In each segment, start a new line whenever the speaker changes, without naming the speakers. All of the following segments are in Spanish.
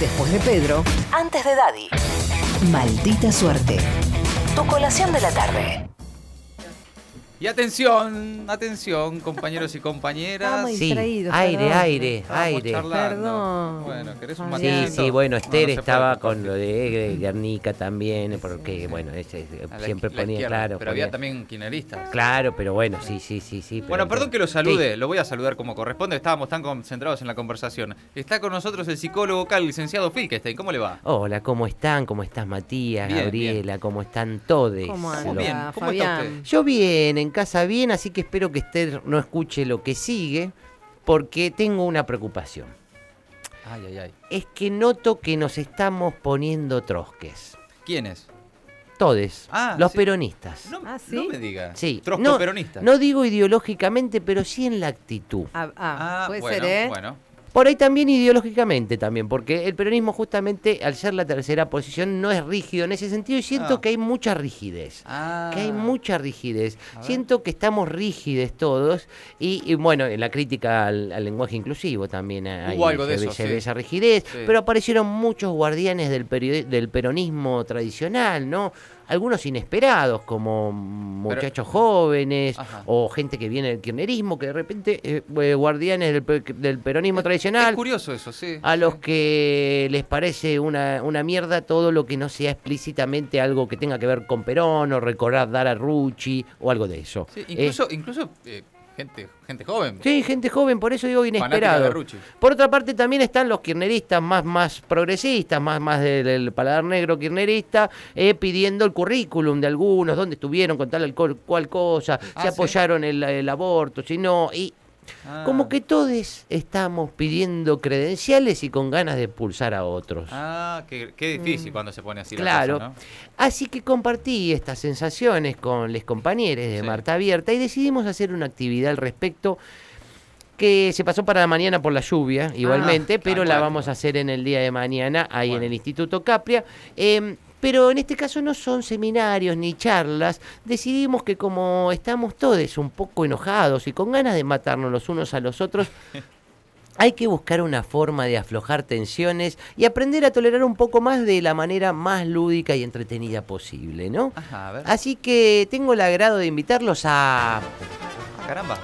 Después de Pedro, antes de Daddy. Maldita suerte. Tu colación de la tarde.
Y atención, atención, compañeros y compañeras.
Estamos
Sí,
distraídos,
aire,
perdón.
aire,
Estábamos
aire.
charlando.
Perdón.
Bueno, ¿querés un
Sí,
Sí,
matecito?
sí, bueno,
No,
Esther
no se puede
estaba
compartir.
con lo de eh, Guernica también, porque, bueno, ella es-
A la
siempre
izqui- la
ponía,
izquierda,
claro,
Pero había
ponía-
también kirchneristas.
claro, pero bueno, sí, sí, sí, sí. pero
Bueno, perdón
entonces-
que lo salude,
Sí,
lo voy a saludar como corresponde, estábamos tan concentrados en la conversación. Está con nosotros el psicólogo local, licenciado Filkestein, ¿cómo le va?
Hola, ¿cómo están? ¿Cómo estás, Matías,
Bien,
Gabriela? ¿Cómo están todos?
¿Cómo
Muy
anda,
bien, ¿cómo está
Fabián?
usted?
Yo bien, en casa bien, así que espero que Esther no escuche lo que sigue, porque tengo una preocupación.
Ay, ay, ay.
Es que noto que nos estamos poniendo trosques.
¿Quién es?
Todes,
Ah,
los
sí.
peronistas.
No,
Ah, ¿sí?
no me diga.
Sí,
Trosco
no,
peronista.
no digo ideológicamente, pero sí en la actitud.
Ah, ah,
ah,
puede
bueno,
ser, ¿eh?
Bueno,
Por ahí también ideológicamente también, porque el peronismo justamente al ser la tercera posición no es rígido en ese sentido y siento
Ah.
que hay mucha rigidez.
Ah.
Que hay mucha rigidez.
A ver.
Siento que estamos rígides todos. Y, y bueno, en la crítica al, al lenguaje inclusivo también hay,
Hubo algo
se
de
ve-
eso,
se
sí.
ve esa rigidez.
Sí.
Pero aparecieron muchos guardianes del, periodi- del peronismo tradicional, ¿no? Algunos inesperados, como muchachos jóvenes
Ajá.
o gente que viene del kirchnerismo, que de repente, eh, eh, guardianes del, pe- del peronismo tradicional,
Es curioso eso, sí.
a los
sí.
que les parece una, una mierda todo lo que no sea explícitamente algo que tenga que ver con Perón o recordar dar a Rucci o algo de eso.
Sí,
Eh,
incluso, incluso eh, gente, gente joven.
sí, gente joven, por eso digo
Fanática de
inesperado.
Rucci.
Por otra parte también están los kirchneristas más, más progresistas, más, más del, del paladar negro kirchnerista, eh, pidiendo el currículum de algunos, dónde estuvieron con tal o cual- cual cosa,
Ah,
si
sí.
apoyaron el, el aborto, si no, y
Ah.
como que todos estamos pidiendo credenciales y con ganas de pulsar a otros.
Ah, qué, qué difícil cuando se pone así
Mm. Claro.
la cosa,
Así que compartí estas sensaciones con los compañeros de
Sí.
Marta Abierta y decidimos hacer una actividad al respecto que se pasó para la mañana por la lluvia, igualmente,
Ah,
pero
ah,
la
bueno.
vamos a hacer en el día de mañana ahí
Bueno.
en el Instituto Capria. Eh, pero en este caso no son seminarios ni charlas. Decidimos que como estamos todos un poco enojados y con ganas de matarnos los unos a los otros, hay que buscar una forma de aflojar tensiones y aprender a tolerar un poco más de la manera más lúdica y entretenida posible, ¿no?
¿no? Ajá, a ver. Ah,
Así que tengo el agrado de invitarlos a
caramba.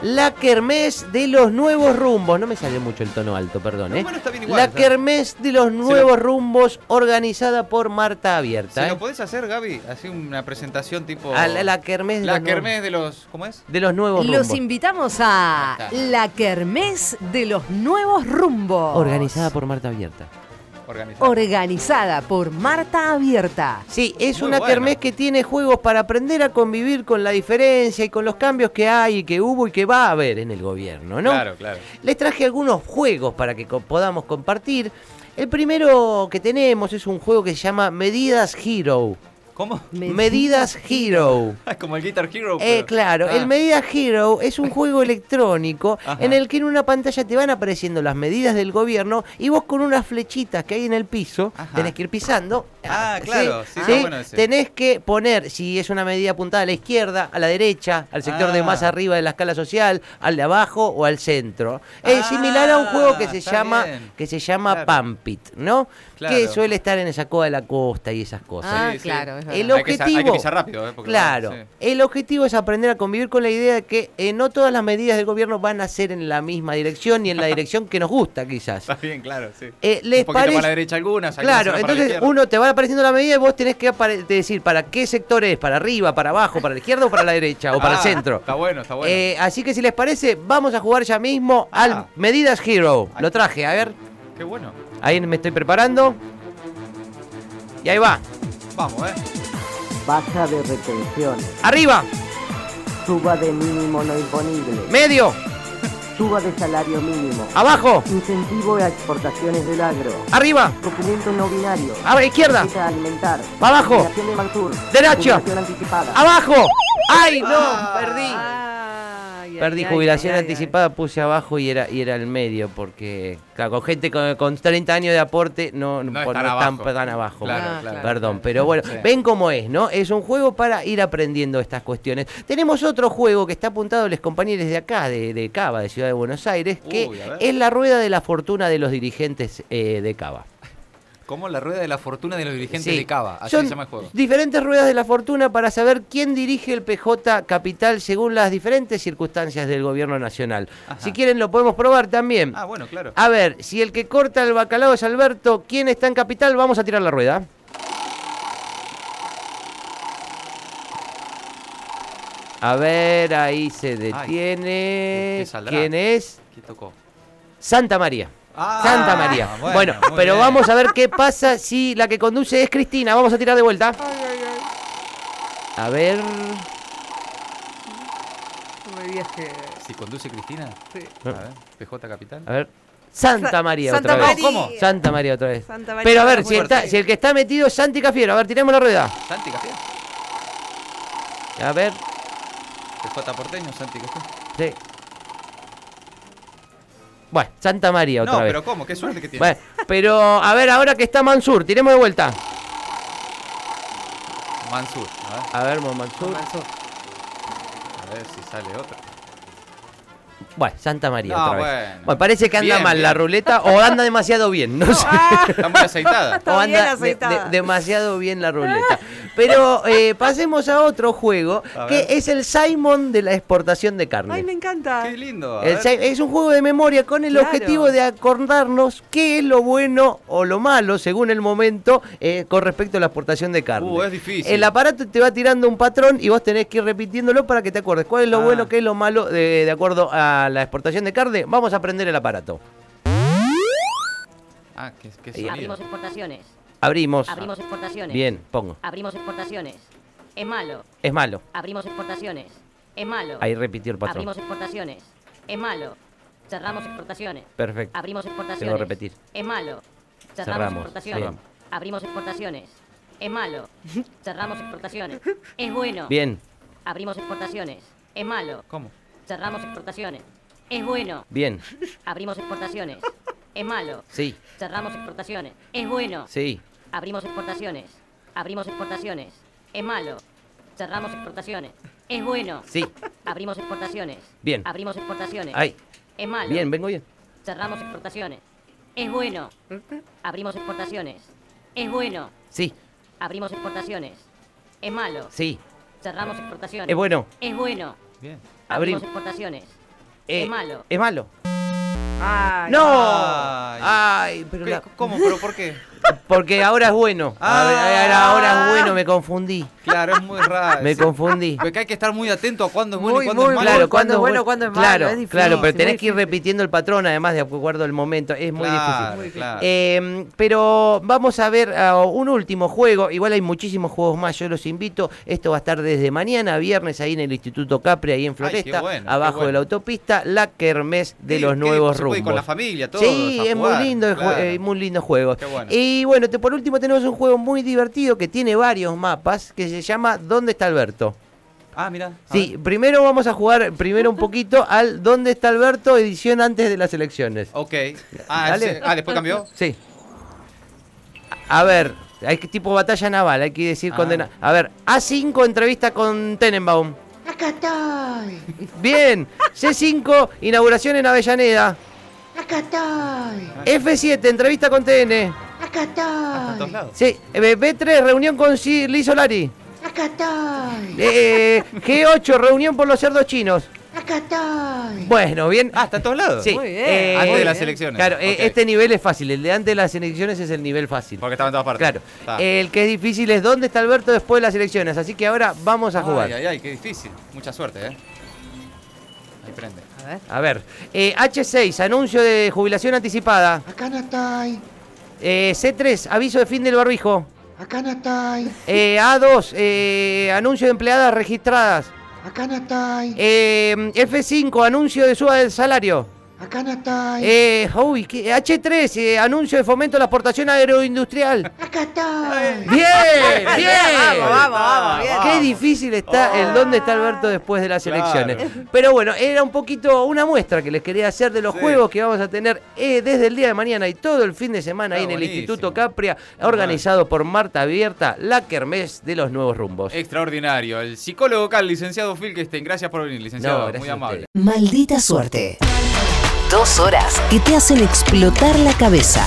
la Kermés de los Nuevos Rumbos. No me sale mucho el tono alto, perdón,
No,
¿eh?
bueno, está bien igual.
La
está-
Kermés de los Nuevos Rumbos organizada por Marta
Si
Abierta.
lo
¿eh?
podés hacer, Gaby, así una presentación tipo.
A la, la Kermés de,
La
los nuevos-
kermés de los. ¿Cómo es?
de los Nuevos
Los
Rumbos.
invitamos a
Ahí está.
la Kermés de los Nuevos Rumbos.
Organizada por Marta Abierta.
Organizada.
Organizada por Marta Abierta.
Sí, es
Muy
una
bueno.
kermés que tiene juegos para aprender a convivir con la diferencia y con los cambios que hay y que hubo y que va a haber en el gobierno, ¿no?
Claro, claro.
Les traje algunos juegos para que co- podamos compartir. El primero que tenemos es un juego que se llama Medidas Hero.
¿Cómo?
Medidas Hero.
Como el Guitar Hero.
Eh,
pero-
claro,
Ah,
el Medida Hero es un juego electrónico
Ajá.
en el que en una pantalla te van apareciendo las medidas del gobierno y vos con unas flechitas que hay en el piso
Ajá.
tenés que ir pisando.
Ah,
¿sí?
claro, sí, está bueno ese.
Tenés que poner, si es una medida apuntada a la izquierda, a la derecha, al sector de
Ah.
más arriba de la escala social, al de abajo o al centro. Es
Ah,
similar a un juego que se
está
llama,
bien.
que se llama
Claro.
Pampit, ¿no? Que
Claro.
suele estar en esa coda de la costa y esas cosas.
Ah,
sí.
claro, es verdad.
El
Hay que sa- Hay que,
objetivo-
pisar rápido, ¿eh? Porque-
Claro,
sí.
el objetivo es aprender a convivir con la idea de que eh, no todas las medidas del gobierno van a ser en la misma dirección ni en la dirección que nos gusta quizás.
Está bien, claro, sí.
Eh, ¿les
Un poquito
parece-
para la derecha algunas. algunas
Claro,
otras para la
entonces
izquierda.
uno te va apareciendo la medida y vos tenés que apare- te decir para qué sector es, para arriba, para abajo, para la izquierda o para la derecha o para el
Ah,
centro.
Está bueno, está bueno.
Eh, así que si les parece, vamos a jugar ya mismo al
Ah.
Medidas Hero.
Ahí.
Lo traje, a ver,
Qué bueno.
ahí me estoy preparando. Y ahí va,
Vamos, ¿eh?
Baja de retenciones,
arriba,
suba de mínimo no imponible,
medio,
suba de salario mínimo,
abajo,
incentivo a exportaciones del agro,
arriba,
documento no binario,
a la Ah, izquierda,
tarjeta alimentar,
Para abajo.
jubilación de Mansur,
Derecho.
jubilación anticipada.
¡Abajo! ¡Ay, no!
Ah.
Perdí.
Ay, ay,
Perdí
ay,
jubilación
ay, ay.
anticipada, puse abajo y era, y era el medio, porque claro, con gente con, con 30 años de aporte no,
No
no, no
están
están
abajo.
tan abajo.
Claro,
Ah,
claro.
Perdón, pero bueno,
Sí.
ven cómo es, ¿no? Es un juego para ir aprendiendo estas cuestiones. Tenemos otro juego que está apuntado a los compañeros de acá, de, de Cava, de Ciudad de Buenos Aires, que
Uy, a ver.
es la rueda de la fortuna de los dirigentes eh, de Cava.
Como la rueda de la fortuna de los dirigentes
Sí.
de Cava. Así
Son
se llama el juego.
Diferentes ruedas de la fortuna para saber quién dirige el PJ Capital según las diferentes circunstancias del gobierno nacional.
Ajá.
Si quieren lo podemos probar también.
Ah, bueno, claro.
A ver, si el que corta el bacalao es Alberto, ¿quién está en Capital? Vamos a tirar la rueda. A ver, ahí se
¿qué-
detiene.
qué saldrá?
¿Quién es?
¿Qué tocó?
Santa María.
Ah,
Santa María. Bueno,
muy
pero
bien.
vamos a ver qué pasa si la que conduce es Cristina. Vamos a tirar de vuelta. A ver.
Me viaje.
Si conduce Cristina.
Sí.
A ver, PJ Capital.
A ver. Santa
Sa-
María
Santa
otra vez.
María.
¿Cómo?
Santa María otra vez.
Santa María.
Pero a ver,
Muy
si, está-
fuerte.
si el que está metido es Santi Cafiero. A ver, tiremos la rueda.
Santi Café.
A ver.
PJ Porteño, Santi Café.
Sí. Bueno, Santa María otra
No,
vez.
pero ¿cómo? Qué suerte que tiene.
Bueno, pero a ver, ahora que está Mansur, tiremos de vuelta.
Mansur. A ver,
A ver, Mansur.
a ver si sale otro.
Bueno, Santa María
No,
otra vez.
bueno.
parece que anda
Bien,
mal
bien.
la
ah,
ruleta o anda demasiado bien, no, sé.
Ah,
Está muy aceitada.
Está
o
bien
anda de-
aceitada.
de- demasiado bien la ruleta. Pero eh, pasemos a otro juego
A
que
ver.
es el Simon de la exportación de carne.
Ay, me encanta.
Qué lindo. a
El
ver.
Sai- es un juego de memoria con el
Claro.
objetivo de acordarnos qué es lo bueno o lo malo, según el momento, eh, con respecto a la exportación de carne.
Uh, es difícil.
El aparato te va tirando un patrón y vos tenés que ir repitiéndolo para que te acuerdes cuál es lo
Ah.
bueno, qué es lo malo de, de acuerdo a la exportación de carne. Vamos a aprender el aparato.
Ah, qué, qué
Ahí.
sonido.
Abrimos exportaciones.
Abrimos.
Abrimos exportaciones.
Ah. Bien, pongo.
Abrimos exportaciones. Es malo.
Es malo.
Abrimos exportaciones. Es malo.
Ahí repitió el patrón.
Abrimos exportaciones. Es malo. Cerramos exportaciones.
Perfecto.
Abrimos exportaciones.
Tengo que repetir.
Es malo. Cerramos,
Cerramos.
exportaciones.
Bien.
Abrimos exportaciones. Es malo. Cerramos exportaciones. Es bueno.
Bien,
Abrimos exportaciones. Es malo.
¿Cómo?
Cerramos exportaciones. Es bueno.
bien.
Abrimos exportaciones. Es malo.
Sí,
Cerramos exportaciones. Es bueno.
sí.
Abrimos exportaciones. Abrimos exportaciones. Es malo. Cerramos exportaciones. Es bueno.
Sí.
Abrimos exportaciones.
Bien.
Abrimos exportaciones.
Ay,
Es malo.
bien, vengo bien.
Cerramos exportaciones. Es bueno. Abrimos exportaciones. Es bueno.
Sí,
Abrimos exportaciones. Es malo.
sí.
Cerramos exportaciones.
Es bueno.
Es bueno.
Bien.
Abrimos.
Abrimos exportaciones.
Eh,
es malo.
Es malo.
Ay,
¡No!
Ay.
Ay, pero
¿Qué-
la-
¿Cómo? ¿Pero por qué?
porque ahora es bueno.
Ah.
A ver, a ver, ahora es bueno, me confundí.
Claro, es muy raro.
Me
Sí.
confundí.
Porque hay que estar muy atento a cuándo es bueno
Muy,
y cuándo
muy
es malo.
Claro,
Ah, Cuando es bueno, cuando es malo,
Claro,
es difícil,
claro, pero
muy
tenés que ir
difícil.
repitiendo el patrón, además de acuerdo al momento. Es muy difícil.
claro,
difícil.
claro.
Eh, pero vamos a ver ah, un último juego. Igual hay muchísimos juegos más. Yo los invito. Esto va a estar desde mañana, viernes, ahí en el Instituto Capri, ahí en
qué
Floresta,
bueno, qué
abajo de
bueno.
la autopista, la Kermés de
Sí,
los
que
nuevos
se puede
rumbos.
ir con la familia, todo.
Sí,
a
es
jugar,
muy lindo, el jue-
claro.
eh, muy lindo juego.
Qué bueno.
Y bueno, te- por último tenemos un juego muy divertido que tiene varios mapas que se llama ¿Dónde está Alberto?
Ah, mira.
Sí, primero vamos a jugar primero un poquito al ¿Dónde está Alberto? edición antes de las elecciones.
Ok. Ah,
Dale.
ese- ah, después cambió.
Sí. A a ver, hay que tipo batalla naval, hay que decir
Ah.
condena. A ver, A5 entrevista con Tenenbaum.
Acá estoy,
Bien, C5 inauguración en Avellaneda.
acá estoy,
F7 entrevista con TN.
acá
A Ah, todos
estoy,
lados.
Sí, eh, B3 reunión con Si- Liz Solari.
acá estoy,
Eh, G8 reunión por los cerdos chinos.
acá estoy,
Bueno, bien.
Ah, está a todos lados.
Sí,
Muy bien,
eh, Antes
muy
de las
bien.
elecciones.
Claro, eh,
Ok.
este nivel es fácil. El de antes de las elecciones es el nivel fácil.
Porque estaba en todas partes.
Claro. Eh,
Está.
El que es difícil es dónde está Alberto después de las elecciones. Así que ahora vamos a jugar.
Ay, ay, ay, qué difícil. Mucha suerte, ¿eh? Ahí prende.
A ver.
A ver. eh, H6, anuncio de jubilación anticipada.
acá no estoy,
Eh, C3, aviso de fin del barbijo.
acá no estoy,
Eh, A2, eh, anuncio de empleadas registradas.
acá no estoy,
Eh, F5, anuncio de suba del salario.
Acá Natai.
Eh, uy, ¿qué? H3, eh, anuncio de fomento a la exportación agroindustrial.
Acá está.
¡Bien! ¡Bien!
Vamos, vamos, vamos, bien.
Qué difícil está el dónde está
Ah.
Alberto después de las elecciones. Pero bueno, era un poquito una muestra que les quería hacer de los
Sí.
juegos que vamos a tener eh, desde el día de mañana y todo el fin de semana ahí
Está
en el
buenísimo.
Instituto Capria, organizado por Marta Abierta, la kermés de los nuevos rumbos.
Extraordinario. El psicólogo local, licenciado Filkestein. Gracias por venir,
No,
licenciado.
gracias
Muy
a
amable.
Maldita suerte. Dos horas que te hacen explotar la cabeza.